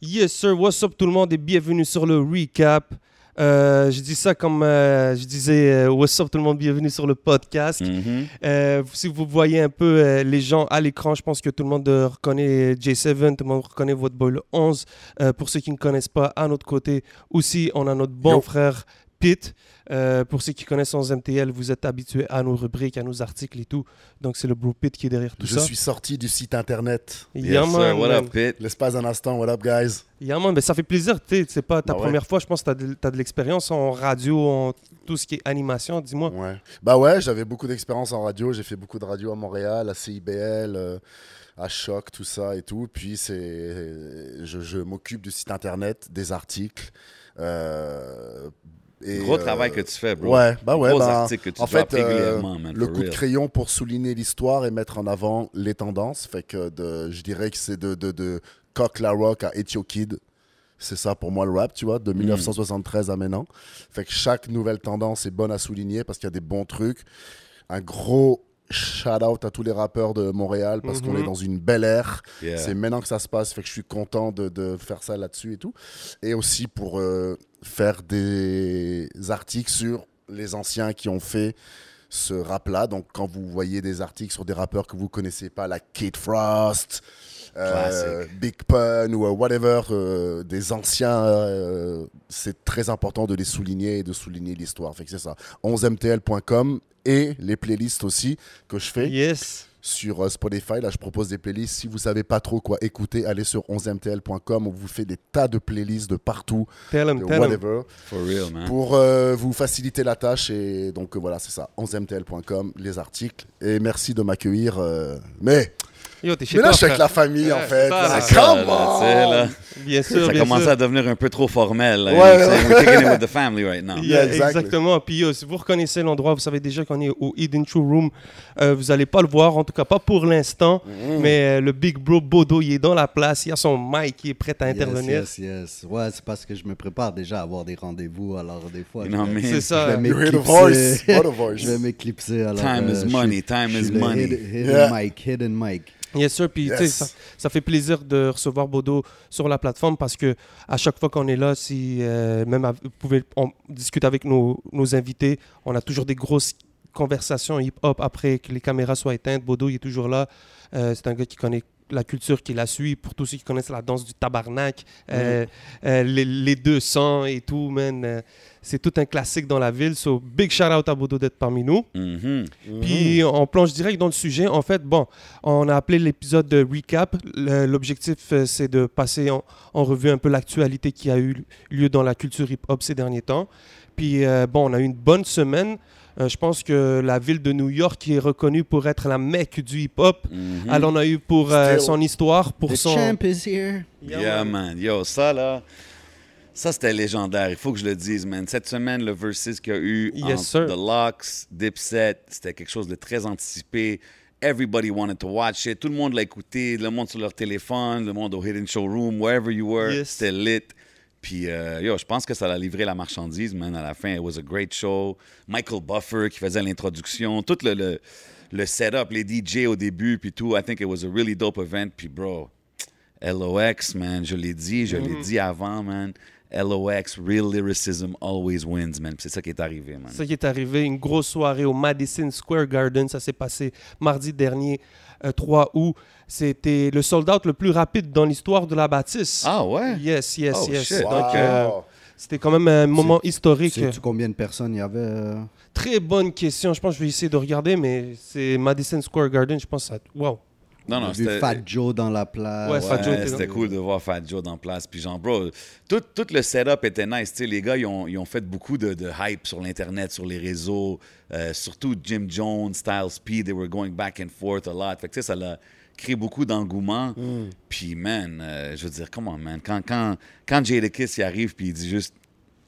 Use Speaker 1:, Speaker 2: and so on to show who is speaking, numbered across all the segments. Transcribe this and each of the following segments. Speaker 1: Yes sir, what's up tout le monde et bienvenue sur le recap. Euh, je dis ça comme euh, je disais euh, what's up tout le monde, bienvenue sur le podcast.
Speaker 2: Mhm.
Speaker 1: Euh, si vous voyez un peu euh, les gens à l'écran, je pense que tout le monde euh, reconnaît J7, tout le monde reconnaît votre boy le 11. Euh, pour ceux qui ne connaissent pas, à notre côté aussi, on a notre bon
Speaker 2: Yo.
Speaker 1: frère Pete. Euh, pour ceux qui connaissent sans MTL, vous êtes habitués à nos rubriques, à nos articles et tout. Donc c'est le Bro Pete qui est derrière tout
Speaker 3: Je
Speaker 1: ça.
Speaker 3: suis sorti du site internet.
Speaker 2: Yes,
Speaker 1: Yeah,
Speaker 2: sir.
Speaker 1: man,
Speaker 2: What
Speaker 1: man.
Speaker 2: up, Pete?
Speaker 3: L'espace d'un instant, what up, guys?
Speaker 1: Yeah, man, mais ben, ça fait plaisir, tu sais, c'est pas ta
Speaker 3: Bah ouais.
Speaker 1: première fois, je pense que tu as de, l'expérience en radio, en tout ce qui est animation,
Speaker 2: Oh.
Speaker 1: dis-moi.
Speaker 3: Ouais. Bah ouais, j'avais beaucoup d'expérience en radio. J'ai fait beaucoup de radio à Montréal, à CIBL, euh, à Choc, tout ça et tout. Puis c'est, je, je m'occupe du site internet, des articles. euh, et,
Speaker 2: Gros
Speaker 3: euh,
Speaker 2: travail que tu fais, bro.
Speaker 3: Ouais, bah ouais,
Speaker 2: Gros
Speaker 3: bah,
Speaker 2: articles que tu
Speaker 3: en
Speaker 2: drops
Speaker 3: fait, euh,
Speaker 2: régulièrement, man,
Speaker 3: le
Speaker 2: for
Speaker 3: coup de
Speaker 2: real.
Speaker 3: crayon pour souligner l'histoire et mettre en avant les tendances. Fait que de, je dirais que c'est de, de, de Coq La Rock à Etio Kid. C'est ça pour moi le rap, tu vois,
Speaker 2: Mm.
Speaker 3: de 1973 à maintenant. Fait que chaque nouvelle tendance est bonne à souligner parce qu'il y a des bons trucs. Un gros shout out à tous les rappeurs de Montréal parce qu'on
Speaker 1: Mhm.
Speaker 3: est dans une belle ère.
Speaker 2: Yeah.
Speaker 3: C'est maintenant que ça se passe, fait que je suis content de, de faire ça là-dessus et tout. Et aussi pour euh, faire des articles sur les anciens qui ont fait ce rap-là. Donc quand vous voyez des articles sur des rappeurs que vous connaissez pas, la Kid Frost, euh, Big Pun ou euh, whatever, euh, des anciens, euh, c'est très important de les souligner et de souligner l'histoire. Fait que c'est ça. 11mtl.com et les playlists aussi que je fais
Speaker 1: Yes.
Speaker 3: sur euh, Spotify. Là, je propose des playlists. Si vous savez pas trop quoi écouter, allez sur 11mtl.com. On vous fait des tas de playlists de partout,
Speaker 1: Tell him,
Speaker 3: de
Speaker 1: tell him.
Speaker 3: whatever,
Speaker 2: For real, man.
Speaker 3: pour euh, vous faciliter la tâche. Et donc, euh, voilà, c'est ça. 11mtl.com, les articles. Et merci de m'accueillir. euh, Mais,
Speaker 1: Yo, t'es chez
Speaker 3: mais là,
Speaker 1: toi,
Speaker 3: je suis avec
Speaker 1: frère.
Speaker 3: la famille, en
Speaker 1: Ouais,
Speaker 3: fait.
Speaker 1: ça,
Speaker 3: Là,
Speaker 1: là,
Speaker 2: ça,
Speaker 3: Ah, come
Speaker 2: là,
Speaker 3: on!
Speaker 2: tu sais, là.
Speaker 1: Bien sûr,
Speaker 2: Ça
Speaker 1: bien
Speaker 2: commence
Speaker 1: sûr.
Speaker 2: à devenir un peu trop formel. Là,
Speaker 3: Ouais,
Speaker 2: you know,
Speaker 3: ouais.
Speaker 2: c'est- We're taking it with the family right now.
Speaker 1: Yeah,
Speaker 3: Yeah, exactly.
Speaker 1: Exactement. Puis euh, si vous reconnaissez l'endroit, vous savez déjà qu'on est au Hidden True Room. Euh, vous n'allez pas le voir, en tout cas pas pour l'instant. Mais euh, le Big Bro Bodo, il est dans la place. Il y a son mic qui est prêt à
Speaker 4: Yes,
Speaker 1: intervenir.
Speaker 4: Yes, yes. Ouais, c'est parce que je me prépare déjà à avoir des rendez-vous, alors des fois.
Speaker 2: You
Speaker 4: je
Speaker 2: know what I
Speaker 4: vais-
Speaker 2: mean?
Speaker 1: C'est
Speaker 4: Je vais
Speaker 1: ça.
Speaker 3: You hear the
Speaker 4: m'éclipser.
Speaker 3: voice. What a voice.
Speaker 4: Je vais m'éclipser. alors,
Speaker 3: euh,
Speaker 4: euh,
Speaker 2: Time is
Speaker 4: je suis-
Speaker 2: money, time
Speaker 4: je
Speaker 2: is
Speaker 4: suis le
Speaker 2: money.
Speaker 4: hid- Hidden,
Speaker 3: Yeah.
Speaker 4: mic, hidden mic.
Speaker 1: Yes, sir. Puis,
Speaker 3: Yes.
Speaker 1: tu sais, ça, ça fait plaisir de recevoir Bodo sur la plateforme parce que à chaque fois qu'on est là, si euh, même à- vous pouvez, on discute avec nos, nos invités, on a toujours des grosses conversations hip-hop après que les caméras soient éteintes. Bodo, il est toujours là. Euh, c'est un gars qui connaît la culture qui la suit. Pour tous ceux qui connaissent la danse du tabarnak, euh, euh, les, les 200 et tout, man, euh, c'est tout un classique dans la ville. So, big shout-out à Bodo d'être parmi nous.
Speaker 2: Mhm.
Speaker 1: Puis on plonge direct dans le sujet. En fait, bon, on a appelé l'épisode de recap. Le- L'objectif, euh, c'est de passer en, en revue un peu l'actualité qui a eu lieu dans la culture hip-hop ces derniers temps. Puis euh, bon, on a eu une bonne semaine. Euh, je pense que la ville de New York qui est reconnue pour être la mecque du hip-hop.
Speaker 2: Mhm.
Speaker 1: Alors on a eu pour euh,
Speaker 3: Still.
Speaker 1: son histoire, pour
Speaker 4: The
Speaker 1: son...
Speaker 4: champ is here.
Speaker 2: Yeah, man. Yo, ça, là, ça, c'était légendaire. Il faut que je le dise, man. Cette semaine, le versus qu'il y a eu
Speaker 1: Yes,
Speaker 2: entre
Speaker 1: sir.
Speaker 2: The Locks, Dipset, c'était quelque chose de très anticipé. Everybody wanted to watch it. Tout le monde l'a écouté. Le monde sur leur téléphone, le monde au Hidden Showroom, wherever you were.
Speaker 1: Yes.
Speaker 2: C'était lit. Puis, euh, yo, je pense que ça a livré la marchandise, man, à la fin. It was a great show. Michael Buffer qui faisait l'introduction. Tout le, le, le setup, les DJ au début, puis tout. I think it was a really dope event. Puis, bro, LOX, man. Je l'ai dit, je
Speaker 4: Mhm.
Speaker 2: l'ai dit avant, man. LOX, real lyricism always wins, man. Puis C'est ça qui est arrivé, man.
Speaker 1: C'est ça qui est arrivé, une grosse soirée au Madison Square Garden. Ça s'est passé mardi dernier, euh, 3 août. C'était le sold-out le plus rapide dans l'histoire de la bâtisse.
Speaker 2: Ah ouais?
Speaker 1: Yes, yes,
Speaker 2: Oh,
Speaker 1: yes.
Speaker 2: shit.
Speaker 3: Wow.
Speaker 1: Donc, euh, c'était quand même un moment historique.
Speaker 4: Sais-tu combien de personnes il y avait euh,
Speaker 1: Très bonne question. Je pense que je vais essayer de regarder, mais c'est Madison Square Garden. Je pense que ça. Wow.
Speaker 2: Non,
Speaker 4: on a
Speaker 2: non,
Speaker 4: vu
Speaker 2: c'était.
Speaker 4: Fat Joe dans la place.
Speaker 1: Ouais, Fat Joe
Speaker 2: Ouais,
Speaker 1: était
Speaker 2: c'était
Speaker 1: là.
Speaker 2: cool de voir Fat Joe dans place. Puis genre, bro, tout, tout le setup était nice. Tu sais, les gars, ils ont, ils ont fait beaucoup de, de hype sur l'Internet, sur les réseaux. Euh, surtout Jim Jones, Styles P, they were going back and forth a lot. Fait que tu sais, ça l'a créé beaucoup d'engouement.
Speaker 4: Mm.
Speaker 2: Puis man, euh, je veux dire, comment man, quand, quand, quand Jadakiss y arrive, puis il dit juste,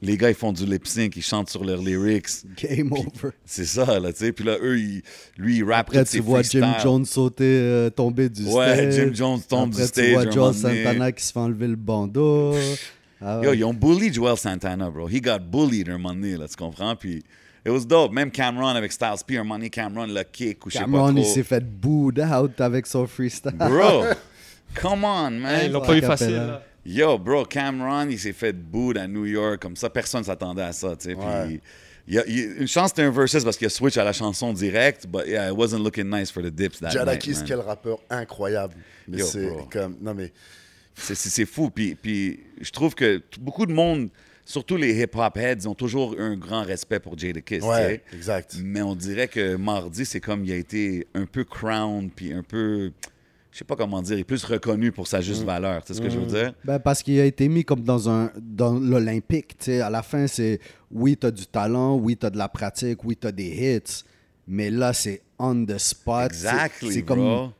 Speaker 2: les gars, ils font du lip sync, ils chantent sur leurs lyrics.
Speaker 4: Game over.
Speaker 2: C'est ça, là, tu sais. Puis là, eux, ils- lui, il rappe
Speaker 4: Après,
Speaker 2: tous ses
Speaker 4: tu vois Jim
Speaker 2: freestyles.
Speaker 4: Jones sauter, euh, tomber du
Speaker 2: Ouais,
Speaker 4: stage.
Speaker 2: Jim Jones tombe
Speaker 4: Après,
Speaker 2: du stage,
Speaker 4: Tu
Speaker 2: à
Speaker 4: vois
Speaker 2: un
Speaker 4: Joe
Speaker 2: moment donné.
Speaker 4: Santana qui se fait enlever le bandeau. Ah
Speaker 2: Yo,
Speaker 4: ouais.
Speaker 2: ils ont bully Joel Santana, bro. He got bullied un moment donné, là, tu comprends? Puis, it was dope. Même Cameron avec Styles P, un moment donné, Cameron l'a kick ou je sais pas
Speaker 4: Cameron, il
Speaker 2: trop.
Speaker 4: s'est fait booed out avec son freestyle.
Speaker 2: Bro, come on,
Speaker 1: ils
Speaker 2: man.
Speaker 1: l'ont pas eu
Speaker 4: Acapella.
Speaker 1: facile. hein. là.
Speaker 2: Yo, bro, Cameron, il s'est fait boot à New York comme ça. Personne s'attendait à ça, tu sais. Puis,
Speaker 3: Ouais.
Speaker 2: il y a- il y a- une chance c'était un versus parce qu'il a switch à la chanson direct, but yeah, it wasn't looking nice for the dips that night,
Speaker 3: Jadakis,
Speaker 2: man.
Speaker 3: quel rappeur incroyable. Mais
Speaker 2: Yo,
Speaker 3: c'est
Speaker 2: bro.
Speaker 3: comme. Non, mais.
Speaker 2: C'est- C'est c'est fou. Puis, puis je trouve que t- beaucoup de monde, surtout les hip-hop heads, ont toujours un grand respect pour Jadakiss.
Speaker 3: Ouais,
Speaker 2: tu sais.
Speaker 3: exact.
Speaker 2: Mais on dirait que mardi, c'est comme il a été un peu crowned, puis un peu, je sais pas comment dire, plus reconnu pour sa
Speaker 4: Mm.
Speaker 2: juste valeur. Tu sais ce que je veux dire?
Speaker 4: Ben, parce qu'il a été mis comme dans un dans l'Olympique. tu sais. À la fin, c'est oui, t'as du talent, oui, t'as de la pratique, oui, t'as des hits, mais là, c'est on the spot. C'est-
Speaker 2: Exactly,
Speaker 4: c'est
Speaker 2: bro.
Speaker 4: comme.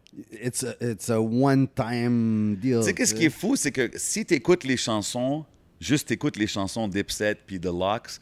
Speaker 4: It's a, it's a one-time deal.
Speaker 2: Tu sais, qu'est-ce qui est fou, c'est que si tu écoutes les chansons, juste écoutes les chansons d'Ipset puis de Locks,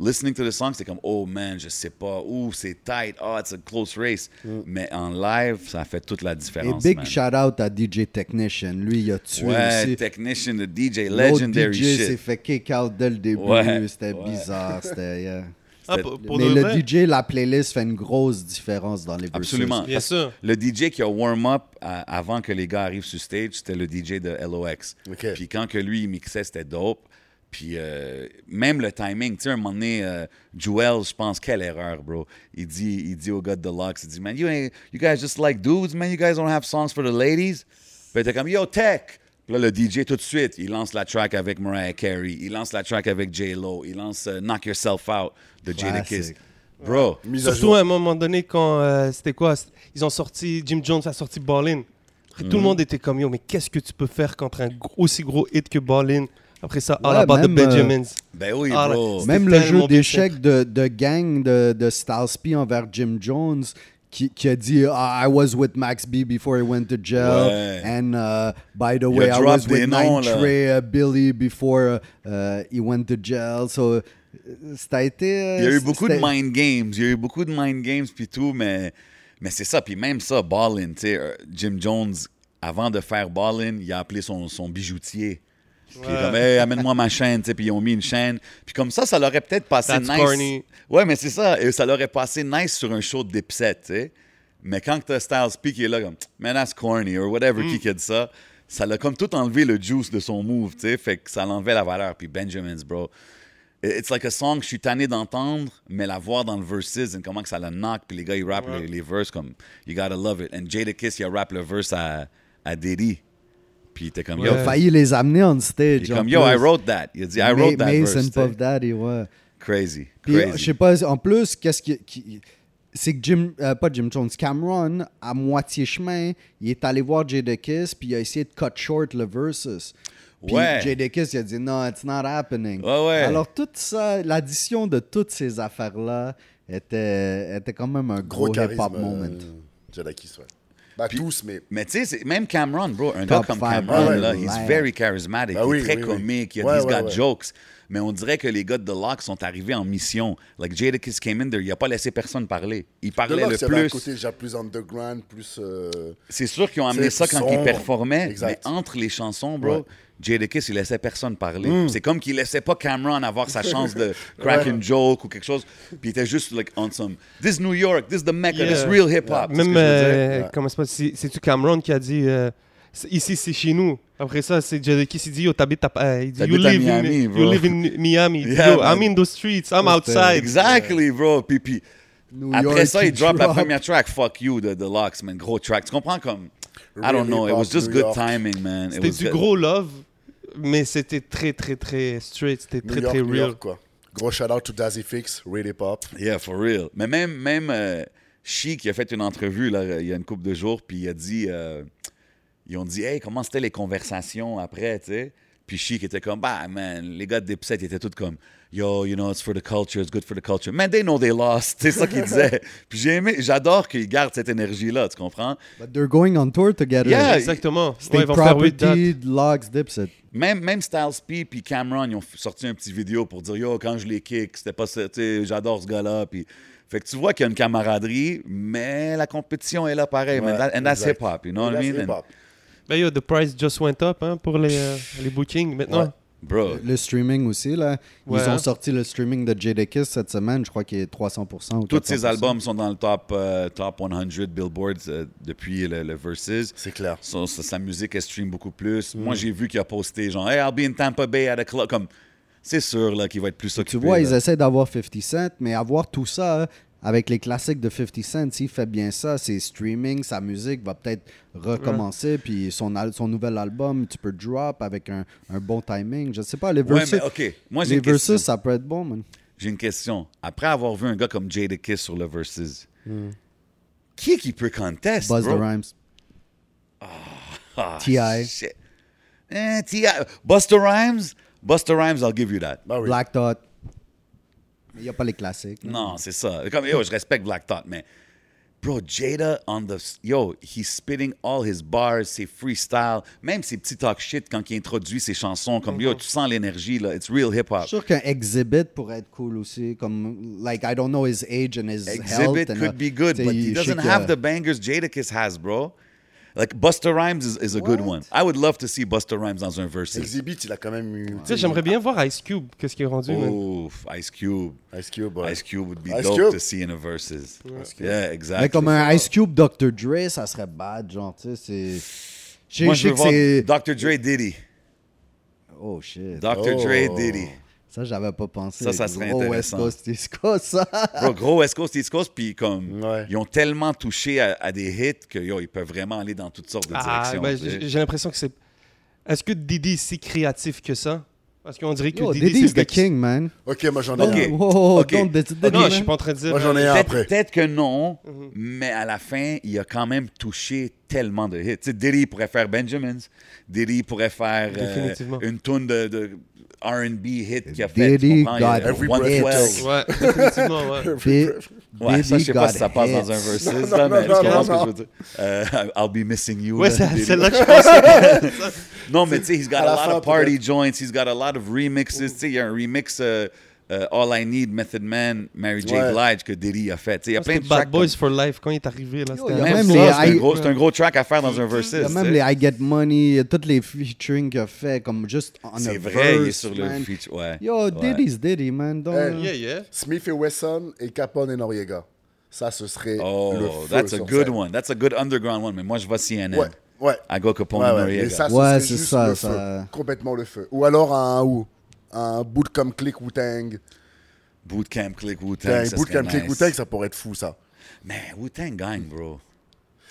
Speaker 2: listening to the song, c'est comme, oh man, je sais pas, ouh, c'est tight, oh, it's a close race. Mais en live, ça fait toute la
Speaker 4: Mm. Et
Speaker 2: différence.
Speaker 4: big
Speaker 2: man.
Speaker 4: shout-out à DJ Technician. Lui, il a tué
Speaker 2: Ouais,
Speaker 4: aussi.
Speaker 2: technician, the DJ,
Speaker 4: L'autre
Speaker 2: legendary
Speaker 4: DJ s'est
Speaker 2: shit.
Speaker 4: fait kick out dès le début.
Speaker 2: Ouais,
Speaker 4: C'était
Speaker 2: ouais.
Speaker 4: bizarre. C'était, yeah.
Speaker 1: Ah, pour, pour
Speaker 4: Mais
Speaker 1: de
Speaker 4: le
Speaker 1: vrai?
Speaker 4: DJ, la playlist fait une grosse différence dans les versus.
Speaker 2: Absolument.
Speaker 1: Bien sûr.
Speaker 2: Le DJ qui a warm-up à- avant que les gars arrivent sur stage, c'était le DJ de LOX.
Speaker 3: Ok.
Speaker 2: Puis quand que lui, il mixait, c'était dope. Puis euh, même le timing, tu sais, un moment donné, euh, Joel, je pense, quelle erreur, bro. Il dit, il dit au gars de Deluxe, il dit, man, you, ain't- you guys just like dudes, man, you guys don't have songs for the ladies. Puis t'es comme, yo, tech! Puis là, le DJ, tout de suite, il lance la track avec Mariah Carey, il lance la track avec J-Lo, il lance euh, Knock Yourself Out de Jadakiss.
Speaker 4: Classique.
Speaker 2: Bro,
Speaker 3: Mise à
Speaker 1: Surtout
Speaker 3: jour.
Speaker 1: à un moment donné, quand euh, c'était quoi c- Ils ont sorti, Jim Jones a sorti Ballin. Après,
Speaker 2: Mm.
Speaker 1: Tout le monde était comme yo, mais qu'est-ce que tu peux faire contre un gros- aussi gros hit que Ballin Après ça, All
Speaker 4: Ouais,
Speaker 1: About the
Speaker 4: même, euh,
Speaker 1: Benjamins.
Speaker 2: ben oui,
Speaker 1: Ah,
Speaker 2: bro.
Speaker 1: là,
Speaker 4: Même
Speaker 1: C'était
Speaker 4: le
Speaker 1: tellement
Speaker 4: jeu
Speaker 1: bien
Speaker 4: d'échecs de, de gang de, de Styles P envers Jim Jones, qui, qui a dit ah, I was with Max B before he went to jail,
Speaker 2: Ouais.
Speaker 4: and uh, by the
Speaker 2: Il
Speaker 4: way,
Speaker 2: a
Speaker 4: I
Speaker 2: drop
Speaker 4: was with
Speaker 2: des noms,
Speaker 4: Nine
Speaker 2: là.
Speaker 4: Trey uh, Billy before uh, uh, he went to jail. So, euh, ça a été. euh,
Speaker 2: Il y a eu beaucoup de
Speaker 4: c'était-
Speaker 2: mind games. Il y a eu beaucoup de mind games puis tout, mais, mais c'est ça. Puis même ça, Ballin, tu sais, euh, Jim Jones, avant de faire Ballin, il a appelé son, son bijoutier. Puis il est comme, Hey, amène-moi ma chaîne, tu sais, puis ils ont mis une chaîne. Puis comme ça, ça l'aurait peut-être passé
Speaker 1: That's
Speaker 2: nice.
Speaker 1: corny.
Speaker 2: Ouais, mais c'est ça. Et ça l'aurait passé nice sur un show de Dipset, tu sais. Mais quand t'as Styles P qui est là, comme, man, that's corny, or whatever,
Speaker 1: Mm.
Speaker 2: qui qui a dit ça, ça l'a comme tout enlevé le juice de son move, tu sais. Fait que ça l'enlevait la valeur. Puis Benjamin's, bro. It's like a song que je suis tanné d'entendre, mais la voir dans le verses et comment que ça la knock, puis les gars, ils rappent les, les verses comme You gotta love it. And Jada Kiss, il a rap le verse à, à Diddy. Puis t'es comme
Speaker 1: Ouais.
Speaker 2: Yo,
Speaker 4: Il a failli les amener on stage.
Speaker 2: il est
Speaker 4: en
Speaker 2: comme Yo,
Speaker 4: plus.
Speaker 2: I wrote that. Il a dit I
Speaker 4: Ma-
Speaker 2: wrote that
Speaker 4: Mason
Speaker 2: verse.
Speaker 4: Puff
Speaker 2: t'sais.
Speaker 4: Daddy, ouais.
Speaker 2: Crazy.
Speaker 4: Puis, euh,
Speaker 2: Crazy.
Speaker 4: je sais pas, en plus, qu'est-ce qui. qui- c'est que Jim, euh, pas Jim Jones, Cameron, à moitié chemin, il est allé voir Jay Kiss puis il a essayé de cut short le versus. Puis
Speaker 2: Ouais.
Speaker 4: Jay Kiss il a dit non, it's not happening.
Speaker 2: Ouais, ouais.
Speaker 4: Alors, tout ça, l'addition de toutes ces affaires-là était, était quand même un
Speaker 3: Gros
Speaker 4: gros,
Speaker 3: charisme.
Speaker 4: hip-hop
Speaker 3: euh,
Speaker 4: moment.
Speaker 3: Jadakis, ouais. Bah, tous, mais.
Speaker 2: Mais tu sais, c'est- même Cameron, bro, un
Speaker 4: Top
Speaker 2: gars comme
Speaker 4: five,
Speaker 2: Cameron,
Speaker 3: ouais,
Speaker 2: là,
Speaker 4: ouais.
Speaker 2: he's very charismatic,
Speaker 3: Ben
Speaker 2: il
Speaker 3: oui,
Speaker 2: est très
Speaker 3: oui, oui.
Speaker 2: comique, il y a
Speaker 3: Ouais,
Speaker 2: des
Speaker 3: ouais,
Speaker 2: gars de
Speaker 3: ouais.
Speaker 2: jokes. Mais on dirait que les gars de The Lock sont arrivés en mission. Like Jadakiss came in there, il a pas laissé personne parler. Il
Speaker 3: De
Speaker 2: parlait
Speaker 3: là,
Speaker 2: le
Speaker 3: s'il y avait un
Speaker 2: plus.
Speaker 3: côté déjà plus underground, plus. euh,
Speaker 2: C'est sûr qu'ils ont amené
Speaker 3: C'est
Speaker 2: ça quand
Speaker 3: sombre.
Speaker 2: ils performaient,
Speaker 3: Exact.
Speaker 2: mais entre les chansons, bro,
Speaker 3: Ouais. Mm.
Speaker 2: Jadakiss, il laissait personne parler. C'est comme qu'il laissait pas Cameron avoir sa chance de crack and joke ou quelque chose. Puis il était juste like, on some, this New York, this the Mecca,
Speaker 1: Yeah.
Speaker 2: this real hip-hop. Ah, C'est ce
Speaker 1: Même,
Speaker 2: que je veux dire.
Speaker 1: euh, comment ça s'appelle, c'est- C'est-tu Cameron qui a dit euh, c'est- Ici, c'est chez nous. Après ça, c'est Jadakiss qui dit Yo, t'habites à, euh, il dit, you
Speaker 2: T'habites à
Speaker 1: live
Speaker 2: Miami,
Speaker 1: in,
Speaker 2: bro.
Speaker 1: you live in Miami. Il dit,
Speaker 2: Yeah,
Speaker 1: Yo,
Speaker 2: man.
Speaker 1: I'm in those streets, I'm outside.
Speaker 2: Exactly, bro. Puis, puis
Speaker 4: New
Speaker 2: après
Speaker 4: York,
Speaker 2: ça,
Speaker 4: il
Speaker 2: il drop, la
Speaker 4: drop.
Speaker 2: première track, Fuck You, de The Locks, man. Gros track. Tu comprends comme. I don't
Speaker 3: Really
Speaker 2: know, it was
Speaker 3: pop
Speaker 2: just
Speaker 3: New
Speaker 2: good
Speaker 3: York.
Speaker 2: timing, man. It
Speaker 1: C'était
Speaker 2: was
Speaker 1: du
Speaker 2: good.
Speaker 1: gros love, mais c'était très, très, très straight, c'était
Speaker 3: New
Speaker 1: très,
Speaker 3: York,
Speaker 1: très
Speaker 3: New
Speaker 1: real.
Speaker 3: York, quoi. Gros shout out to Dazzy Fix, Really Pop.
Speaker 2: Yeah, for real. Mais même, même euh, She qui a fait une entrevue là, il y a une couple de jours, puis il a dit. euh, ils ont dit, hey, comment c'était les conversations après, tu sais? Puis Chic était comme, bah, man, les gars de Dipset ils étaient tous comme, yo, you know, it's for the culture, it's good for the culture. Man, they know they lost. C'est ça qu'il disait. Puis j'ai aimé, j'adore qu'ils gardent cette énergie-là, tu comprends?
Speaker 4: But they're going on tour together.
Speaker 2: Yeah,
Speaker 1: Exactement. Ouais,
Speaker 4: State
Speaker 1: ils vont faire huit dates.
Speaker 4: Property, Logs, Dipset.
Speaker 2: Même, même Styles P puis Cameron, ils ont f- sorti un petit vidéo pour dire Yo, quand je les kick, c'était pas ça, tu sais, j'adore ce gars-là. Puis... Fait que tu vois qu'il y a une camaraderie, mais la compétition est là pareil. man. That- and that's
Speaker 3: exact.
Speaker 2: hip-hop, you know what I
Speaker 3: That's
Speaker 2: mean?
Speaker 3: hip-hop.
Speaker 1: Ben yo, the price just went up hein, pour les, euh, les bookings maintenant.
Speaker 2: Bro,
Speaker 4: Le streaming aussi, là. Ils
Speaker 1: Ouais,
Speaker 4: ont
Speaker 1: hein.
Speaker 4: sorti le streaming de Jadakiss cette semaine, je crois qu'il est 300%. Ou
Speaker 2: tous ces
Speaker 4: 400%.
Speaker 2: albums sont dans le top, euh, top 100 Billboard euh, depuis le, le Versus.
Speaker 3: C'est clair.
Speaker 2: Son- sa, sa musique, elle stream beaucoup plus. Moi, j'ai vu qu'il a posté genre, Hey, I'll be in Tampa Bay at a club. Comme, c'est sûr là, qu'il va être plus
Speaker 4: Tu
Speaker 2: occupé.
Speaker 4: vois,
Speaker 2: là.
Speaker 4: ils essaient d'avoir 50 Cent, mais avoir tout ça euh, avec les classiques de 50 Cent, s'il fait bien ça, c'est streaming, sa musique va peut-être recommencer, puis son, al- son nouvel album, tu peux drop avec un, un bon timing. Je sais pas, les
Speaker 2: Ouais,
Speaker 4: versus,
Speaker 2: mais OK. Moi, j'ai
Speaker 4: les
Speaker 2: une question.
Speaker 4: versus ça peut être bon, man.
Speaker 2: J'ai une question. Après avoir vu un gars comme Jadakiss sur le Versus, qui est qui peut contest,
Speaker 4: Buzz the
Speaker 2: bro?
Speaker 4: Rhymes.
Speaker 2: Ah,
Speaker 4: T.I..
Speaker 2: shit. Eh, T.I. Buster Rhymes? Buster Rhymes, I'll give you that.
Speaker 3: Bah oui.
Speaker 4: Black Thought. Il n'y a pas les classiques. là.
Speaker 2: Non, c'est ça. Comme, yo, je respecte Black Thought, mais... Bro, Jada on the... Yo, he's spitting all his bars, ses freestyles, même ses petits talk shit quand il introduit ses chansons. Comme, yo, tu sens l'énergie, là. It's real
Speaker 4: Je
Speaker 2: hip-hop.
Speaker 4: suis sûr qu'un exhibit pourrait être cool aussi, comme, like, I don't know his age and his health.
Speaker 2: Exhibit
Speaker 4: and,
Speaker 2: could
Speaker 4: uh,
Speaker 2: be good,
Speaker 4: t'sais,
Speaker 2: but
Speaker 4: je
Speaker 2: he
Speaker 4: sais
Speaker 2: doesn't
Speaker 4: que-
Speaker 2: have the bangers Jadakiss has, bro. Like Buster Rhymes is, is a good
Speaker 4: What?
Speaker 2: one. I would love to see Buster Rhymes dans un versus.
Speaker 3: Exhibit, il a quand même eu.
Speaker 1: Tu sais, j'aimerais bien voir Ice Cube, qu'est-ce qu'il est rendu.
Speaker 2: Oh,
Speaker 1: man.
Speaker 2: Oof, Ice Cube.
Speaker 3: Ice Cube, ouais.
Speaker 2: Ice Cube would be
Speaker 3: Ice
Speaker 2: dope
Speaker 3: Cube.
Speaker 2: to see in a versus.
Speaker 3: Cube.
Speaker 2: Yeah,
Speaker 4: Mais
Speaker 2: exactly.
Speaker 4: comme un Ice Cube, Dr. Dre, ça serait bad, genre, tu sais, c'est... Je sais-
Speaker 2: Moi,
Speaker 4: je
Speaker 2: je
Speaker 4: sais
Speaker 2: veux
Speaker 4: que
Speaker 2: voir Dr.
Speaker 4: c'est...
Speaker 2: Dre Diddy.
Speaker 4: Oh, shit.
Speaker 2: Dr.
Speaker 3: Oh.
Speaker 2: Dre Diddy.
Speaker 4: Ça, j'avais pas pensé.
Speaker 2: Ça, ça serait
Speaker 4: Oh, West
Speaker 2: intéressant.
Speaker 4: Coast, East Coast, ça.
Speaker 2: Bro, gros West Coast, East Coast, puis comme,
Speaker 3: Ouais.
Speaker 2: ils ont tellement touché à, à des hits que, yo, ils peuvent vraiment aller dans toutes sortes de
Speaker 1: Ah,
Speaker 2: directions.
Speaker 1: ben,
Speaker 2: tu sais.
Speaker 1: j'ai j'ai l'impression que c'est. Est-ce que Didi est si créatif que ça Parce qu'on dirait que
Speaker 4: Yo,
Speaker 1: Didi,
Speaker 4: Diddy
Speaker 1: c'est
Speaker 4: is
Speaker 1: le
Speaker 4: the
Speaker 1: gars qui-
Speaker 4: king, man.
Speaker 3: Ok, moi j'en ai
Speaker 2: Ok.
Speaker 3: un.
Speaker 4: Whoa, whoa,
Speaker 2: Ok.
Speaker 4: don't dis- Diddy,
Speaker 1: Non, je suis
Speaker 4: man.
Speaker 1: pas en train de dire. hein.
Speaker 3: Moi j'en ai un après.
Speaker 2: Peut-être peut-être que non,
Speaker 3: Mhm.
Speaker 2: mais à la fin, il a quand même touché tellement de hits. Tu sais, Diddy pourrait faire Benjamins. Diddy pourrait faire euh,
Speaker 1: Définitivement.
Speaker 2: une toune de, de R&B hit qu'il a fait. tu
Speaker 4: Diddy
Speaker 2: comprends? Il y a
Speaker 4: got
Speaker 3: Every
Speaker 2: One
Speaker 3: breath
Speaker 2: Twelve.
Speaker 3: counts.
Speaker 1: Ouais, définitivement, ouais.
Speaker 4: Di-
Speaker 2: Ouais, ça, je sais
Speaker 4: Diddy
Speaker 2: pas
Speaker 4: got
Speaker 2: si ça passe dans
Speaker 4: hits.
Speaker 2: un versus,
Speaker 3: Non,
Speaker 2: là,
Speaker 3: non,
Speaker 2: mais
Speaker 3: non,
Speaker 2: tu
Speaker 3: non,
Speaker 2: comprends ce que
Speaker 3: non.
Speaker 2: je veux dire? Euh, I'll be missing you.
Speaker 1: Ouais,
Speaker 2: là,
Speaker 1: c'est
Speaker 2: Diddy.
Speaker 1: celle-là que je pensais.
Speaker 2: Non, mais tu sais, he's got
Speaker 3: À
Speaker 2: a
Speaker 3: la
Speaker 2: lot
Speaker 3: fin,
Speaker 2: of party
Speaker 3: peut-être.
Speaker 2: joints, he's got a lot of remixes. Tu sais, il y a un remix euh, euh, All I Need, Method Man, Mary J.
Speaker 3: Ouais.
Speaker 2: Blige que Diddy a fait. Tu sais, il y a plein
Speaker 1: C'était
Speaker 2: de
Speaker 1: Bad
Speaker 2: tracks
Speaker 1: Boys for Life quand il est arrivé. là,
Speaker 4: Yo,
Speaker 1: c'était
Speaker 4: y
Speaker 1: un-
Speaker 4: a
Speaker 2: Même,
Speaker 4: Même
Speaker 2: ça,
Speaker 4: les
Speaker 2: c'est un,
Speaker 4: I-
Speaker 2: gros, c'est un gros track à faire dans un versus.
Speaker 4: Il y a
Speaker 2: tu
Speaker 4: même
Speaker 2: sais.
Speaker 4: les I Get Money, euh, toutes les featuring qu'il a fait, comme juste en
Speaker 2: C'est vrai, il est sur le feature. Ouais.
Speaker 4: Yo,
Speaker 2: Ouais.
Speaker 4: Diddy's Diddy, man. Don't...
Speaker 3: Hey.
Speaker 1: Euh, Yeah, yeah.
Speaker 3: Smith et Wesson et Capone et Noriega. Ça, ce serait. le
Speaker 2: Oh,
Speaker 3: feu
Speaker 2: that's a
Speaker 3: sur
Speaker 2: good
Speaker 3: scène.
Speaker 2: one. That's a good underground one. Mais moi, je vais CNN.
Speaker 3: Ouais, ouais.
Speaker 2: I go Capone
Speaker 3: Ouais, ouais,
Speaker 2: Noriega.
Speaker 3: mais ça, ce
Speaker 4: Ouais,
Speaker 3: serait
Speaker 4: c'est
Speaker 3: juste
Speaker 4: ça,
Speaker 3: le
Speaker 4: ça-
Speaker 3: feu. Complètement le feu. Ou alors un ou un boot comme Click Wu Tang.
Speaker 2: Bootcamp Click Wu-Tang.
Speaker 3: Un
Speaker 2: ça
Speaker 3: boot
Speaker 2: serait
Speaker 3: comme Click
Speaker 2: nice.
Speaker 3: Wu Tang, ça pourrait être fou ça.
Speaker 2: Man, Wu-Tang gagne, bro.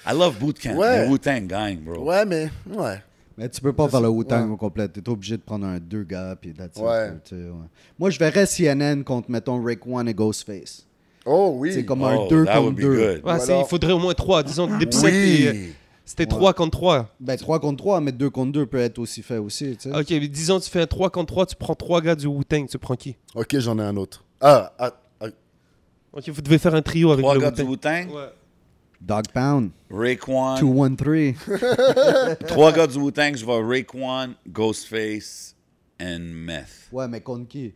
Speaker 2: I love Bootcamp,
Speaker 3: Ouais.
Speaker 2: mais Wu-Tang gagne, bro.
Speaker 3: Ouais, mais ouais.
Speaker 4: Mais tu peux pas faire le Wu-Tang au complet. T'es obligé de prendre un deux gars, puis that's it,
Speaker 3: Ouais.
Speaker 4: tu sais, ouais. Moi, je verrais CNN contre, mettons, Rick One et Ghostface.
Speaker 3: Oh oui.
Speaker 4: C'est comme
Speaker 2: Oh,
Speaker 4: un 2
Speaker 2: that would
Speaker 4: contre
Speaker 2: be
Speaker 4: 2.
Speaker 2: good. euh,
Speaker 1: Ouais,
Speaker 3: Ou
Speaker 1: c'est- il
Speaker 3: alors-
Speaker 1: faudrait au moins trois. Disons, Dipset,
Speaker 3: Oui.
Speaker 1: il- c'était trois contre trois.
Speaker 4: Ben, 3 contre 3, mais 2 contre 2 peut être aussi fait aussi, tu sais.
Speaker 1: Ok, mais disons, tu fais un 3 contre 3, tu prends trois gars du Wu-Tang, tu prends qui
Speaker 3: Ok, j'en ai un autre. Ah, ah, ah,
Speaker 1: Ok, vous devez faire un trio avec
Speaker 2: Trois
Speaker 1: le
Speaker 2: gars du
Speaker 1: Wu-Tang.
Speaker 2: Wu-Tang,
Speaker 1: Ouais.
Speaker 4: Dog Pound,
Speaker 2: Raekwon.
Speaker 4: 2-1-3.
Speaker 2: Trois gars du Wu-Tang, je vais Raekwon, Ghostface and Meth.
Speaker 4: Ouais, mais contre qui?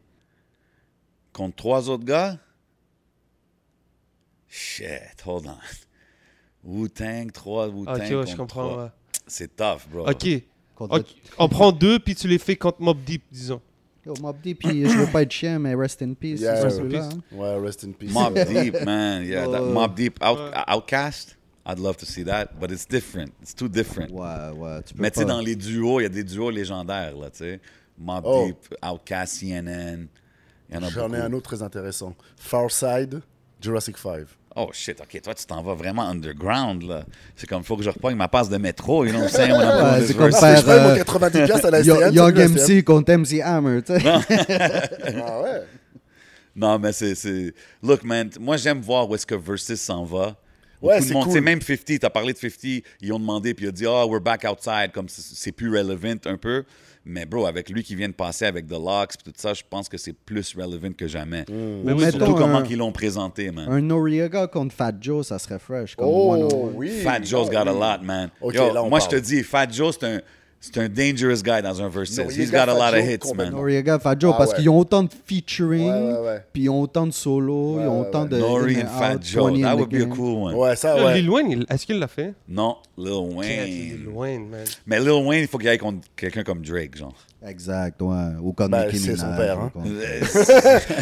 Speaker 2: Contre trois autres gars? Shit, hold on. Wu-Tang, trois Wu-Tang
Speaker 1: Ah, Ok, ouais, je
Speaker 2: contre
Speaker 1: comprends.
Speaker 2: trois.
Speaker 1: ouais.
Speaker 2: C'est tough, bro.
Speaker 1: Ok.
Speaker 4: Contre
Speaker 1: Ok, On prend deux, puis tu les fais contre Mob Deep, disons.
Speaker 4: le- Yo, Mob Deep, puis je veux pas être chien, mais rest in peace.
Speaker 3: Yeah.
Speaker 4: c'est
Speaker 3: Rest in
Speaker 4: celui-là,
Speaker 1: peace.
Speaker 4: hein.
Speaker 3: ouais, rest in peace.
Speaker 2: Mob Deep, man. Yeah, that
Speaker 4: Oh.
Speaker 2: Mob Deep out, Outcast. I'd love to see that, but it's different. It's too different.
Speaker 4: Ouais, ouais, tu peux
Speaker 2: Mais tu sais,
Speaker 4: pas.
Speaker 2: dans les duos, il y a des duos légendaires, là, tu sais. Mob
Speaker 3: Oh.
Speaker 2: Deep, Outcast, CNN. Il y en a
Speaker 3: J'en ai un
Speaker 2: beaucoup.
Speaker 3: autre très intéressant. Far Side, Jurassic 5.
Speaker 2: Oh shit, ok, toi tu t'en vas vraiment underground là. C'est comme faut que je repogne ma passe de métro, you know what I'm saying? When I'm
Speaker 4: Ouais,
Speaker 2: on this
Speaker 4: c'est comme
Speaker 2: verse.
Speaker 4: Faire,
Speaker 3: Ah, si je paye
Speaker 4: euh,
Speaker 3: mon 90 piastres à la
Speaker 4: Yo-
Speaker 3: STM,
Speaker 4: Young
Speaker 3: salut, la STM.
Speaker 4: MC contre MC Hammer, tu sais.
Speaker 3: Ah ouais.
Speaker 2: Non, mais c'est. c'est- Look, man, t- moi j'aime voir où est-ce que Versus s'en va.
Speaker 3: Ouais,
Speaker 2: Beaucoup de
Speaker 3: c'est
Speaker 2: monde, tu sais,
Speaker 3: cool.
Speaker 2: Même 50, t'as parlé de 50, ils ont demandé, puis il a dit, ah, we're back outside, comme c'est- c'est plus relevant un peu. Mais bro, avec lui qui vient de passer avec The Locks, puis tout ça, je pense que c'est plus relevant que jamais.
Speaker 3: Mm.
Speaker 4: Ou
Speaker 2: Surtout
Speaker 4: mettons
Speaker 2: comment
Speaker 4: un-
Speaker 2: qu'ils l'ont présenté, man.
Speaker 4: Un Noriega contre Fat Joe, ça serait fresh. Comme one on
Speaker 3: Oh
Speaker 4: one.
Speaker 3: oui.
Speaker 2: Fat Joe's got a lot, man.
Speaker 3: Ok,
Speaker 2: Yo,
Speaker 3: là, on
Speaker 2: moi, je
Speaker 3: parle.
Speaker 2: te dis, Fat Joe, c'est un, c'est un dangerous guy dans un versus.
Speaker 3: Non, il est
Speaker 2: He's got a
Speaker 3: Fat
Speaker 2: lot of
Speaker 3: Joe
Speaker 2: hits, man.
Speaker 3: complètement.
Speaker 4: Noriega, Fat Joe,
Speaker 3: Ah
Speaker 4: parce
Speaker 3: ouais.
Speaker 4: qu'ils ont autant de featuring,
Speaker 3: Ouais, ouais, ouais.
Speaker 4: puis ils ont autant de solo, ils ont
Speaker 3: ouais,
Speaker 4: autant de.
Speaker 2: Nori
Speaker 4: in
Speaker 2: and
Speaker 4: and
Speaker 2: Fat
Speaker 4: out,
Speaker 2: Joe,
Speaker 4: 20 in
Speaker 2: that
Speaker 4: the
Speaker 2: would be a
Speaker 4: game.
Speaker 2: cool one.
Speaker 3: Ah, Ouais, ça,
Speaker 1: Là, Euh, Lil
Speaker 3: ouais.
Speaker 1: Wayne, il- est-ce qu'il l'a fait
Speaker 2: Non, Lil Wayne.
Speaker 1: Lil Wayne, man.
Speaker 2: Mais Lil Wayne, il faut qu'il aille contre quelqu'un comme Drake, genre.
Speaker 4: Exact, ouais. Ou comme
Speaker 3: Ben,
Speaker 4: Nicki
Speaker 3: c'est son
Speaker 4: Minaj,
Speaker 3: père,
Speaker 4: ou
Speaker 3: hein.
Speaker 4: comme-
Speaker 2: Euh,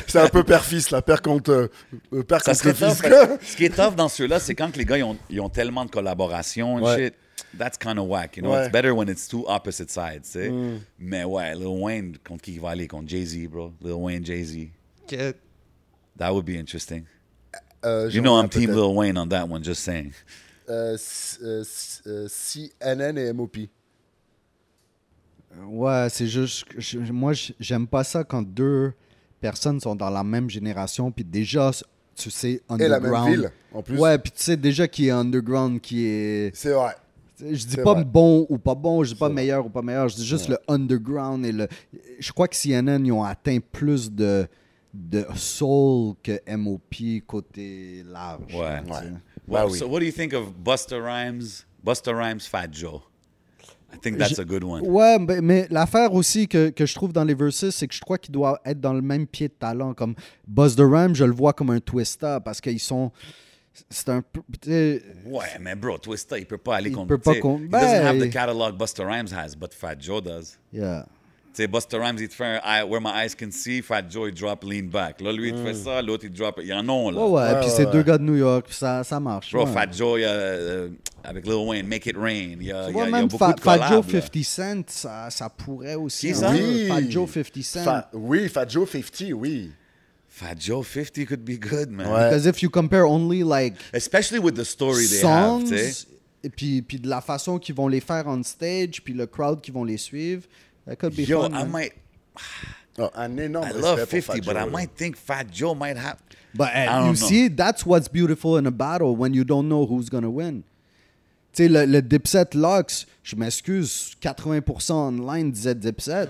Speaker 3: C'est un peu père-fils, là. Père contre, euh, père
Speaker 2: Ça
Speaker 3: contre
Speaker 2: serait
Speaker 3: le
Speaker 2: tough,
Speaker 3: fils.
Speaker 2: parce que Ce qui est tough dans ceux-là, c'est quand les gars ils ont, ils ont tellement de collaborations and
Speaker 3: Ouais.
Speaker 2: shit. That's kind of whack, you know.
Speaker 3: Ouais. Mm.
Speaker 2: It's better when it's two opposite sides, tu sais. Mais ouais, Lil Wayne contre qui il va aller contre Jay Z, bro. Lil Wayne, Jay Z.
Speaker 1: Que-
Speaker 2: That would be interesting.
Speaker 3: Euh,
Speaker 2: You know
Speaker 3: j'en
Speaker 2: I'm team
Speaker 3: peut-être.
Speaker 2: Lil Wayne on that one, just saying.
Speaker 3: Euh, c- euh, c- euh, CNN et MOP.
Speaker 4: Ouais, c'est juste. que je- moi, j- j'aime pas ça quand deux personnes sont dans la même génération, puis déjà, tu sais,
Speaker 3: Et la
Speaker 4: underground.
Speaker 3: même ville, en plus.
Speaker 4: Ouais, puis tu sais déjà qui est underground, qui est.
Speaker 3: C'est vrai.
Speaker 4: Je dis
Speaker 3: C'est
Speaker 4: pas
Speaker 3: vrai.
Speaker 4: bon ou pas bon, je dis pas meilleur ou pas meilleur, je dis juste le underground et le. Je crois que CNN, ils ont atteint plus de, de soul que MOP côté large.
Speaker 2: Ouais.
Speaker 4: tu sais.
Speaker 3: Bah
Speaker 2: Well,
Speaker 3: oui.
Speaker 2: So what do you think of Busta Rhymes? Busta Rhymes, Fat Joe. I think that's a good one.
Speaker 4: Ouais, mais, mais l'affaire aussi que, que je trouve dans les verses, c'est que je crois qu'il doit être dans le même pied de talent. Comme Buzz the Ram, je le vois comme un twista parce qu'ils sont. C'est un peu. tu sais,
Speaker 2: Ouais, mais bro, Twista, il peut pas aller
Speaker 4: Il
Speaker 2: contre.
Speaker 4: peut pas
Speaker 2: tu sais,
Speaker 4: contre-
Speaker 2: He doesn't have
Speaker 4: Ben,
Speaker 2: the
Speaker 4: il-
Speaker 2: catalog Busta Rhymes has, but Fat Joe does.
Speaker 4: yeah.
Speaker 2: Tu sais, Busta Rhymes, il te fait un I- Where My Eyes Can See, Fat Joe, il drop Lean Back. Là,
Speaker 4: Mm.
Speaker 2: lui, il te fait ça, l'autre, il drop. Il y en a, là.
Speaker 4: Ouais, ouais,
Speaker 3: Ouais, ouais,
Speaker 4: puis c'est
Speaker 3: ouais.
Speaker 4: deux gars de New York, puis ça, ça marche.
Speaker 2: Bro,
Speaker 4: ouais.
Speaker 2: Fat Joe, il y a, euh, avec Lil Wayne, Make It Rain. Il y a, il Ah, y
Speaker 4: Tu
Speaker 2: a,
Speaker 4: vois,
Speaker 2: il y a
Speaker 4: même
Speaker 2: beaucoup
Speaker 4: Fa-
Speaker 2: de
Speaker 4: Fat
Speaker 2: collabs.
Speaker 4: Joe
Speaker 2: là.
Speaker 4: 50 Cent, ça, ça pourrait aussi.
Speaker 2: Qui
Speaker 4: un
Speaker 2: ça?
Speaker 4: peu.
Speaker 3: Oui.
Speaker 4: Fat Joe 50 Cent.
Speaker 3: Fa- oui, Fat Joe 50, oui.
Speaker 2: Fat Joe 50 could be good, man.
Speaker 3: Ouais.
Speaker 4: Because if you compare only like
Speaker 2: Especially with the story they have,
Speaker 4: songs,
Speaker 2: tu sais.
Speaker 4: et puis, puis de la façon qu'ils vont les faire on stage, puis le crowd qui vont les suivre, that could be
Speaker 2: Yo,
Speaker 4: fun,
Speaker 2: I
Speaker 4: man.
Speaker 2: might...
Speaker 3: Oh, un énorme
Speaker 2: I
Speaker 3: respect
Speaker 2: love
Speaker 3: pour
Speaker 2: 50,
Speaker 3: Fat
Speaker 2: but I
Speaker 3: Joe.
Speaker 2: might think Fat Joe might have...
Speaker 4: But
Speaker 2: I
Speaker 4: uh,
Speaker 2: don't
Speaker 4: you
Speaker 2: know.
Speaker 4: see, that's what's beautiful in a battle when you don't know who's gonna win. Tu sais, le, le Dipset Lux, je m'excuse, 80% online disait Dipset.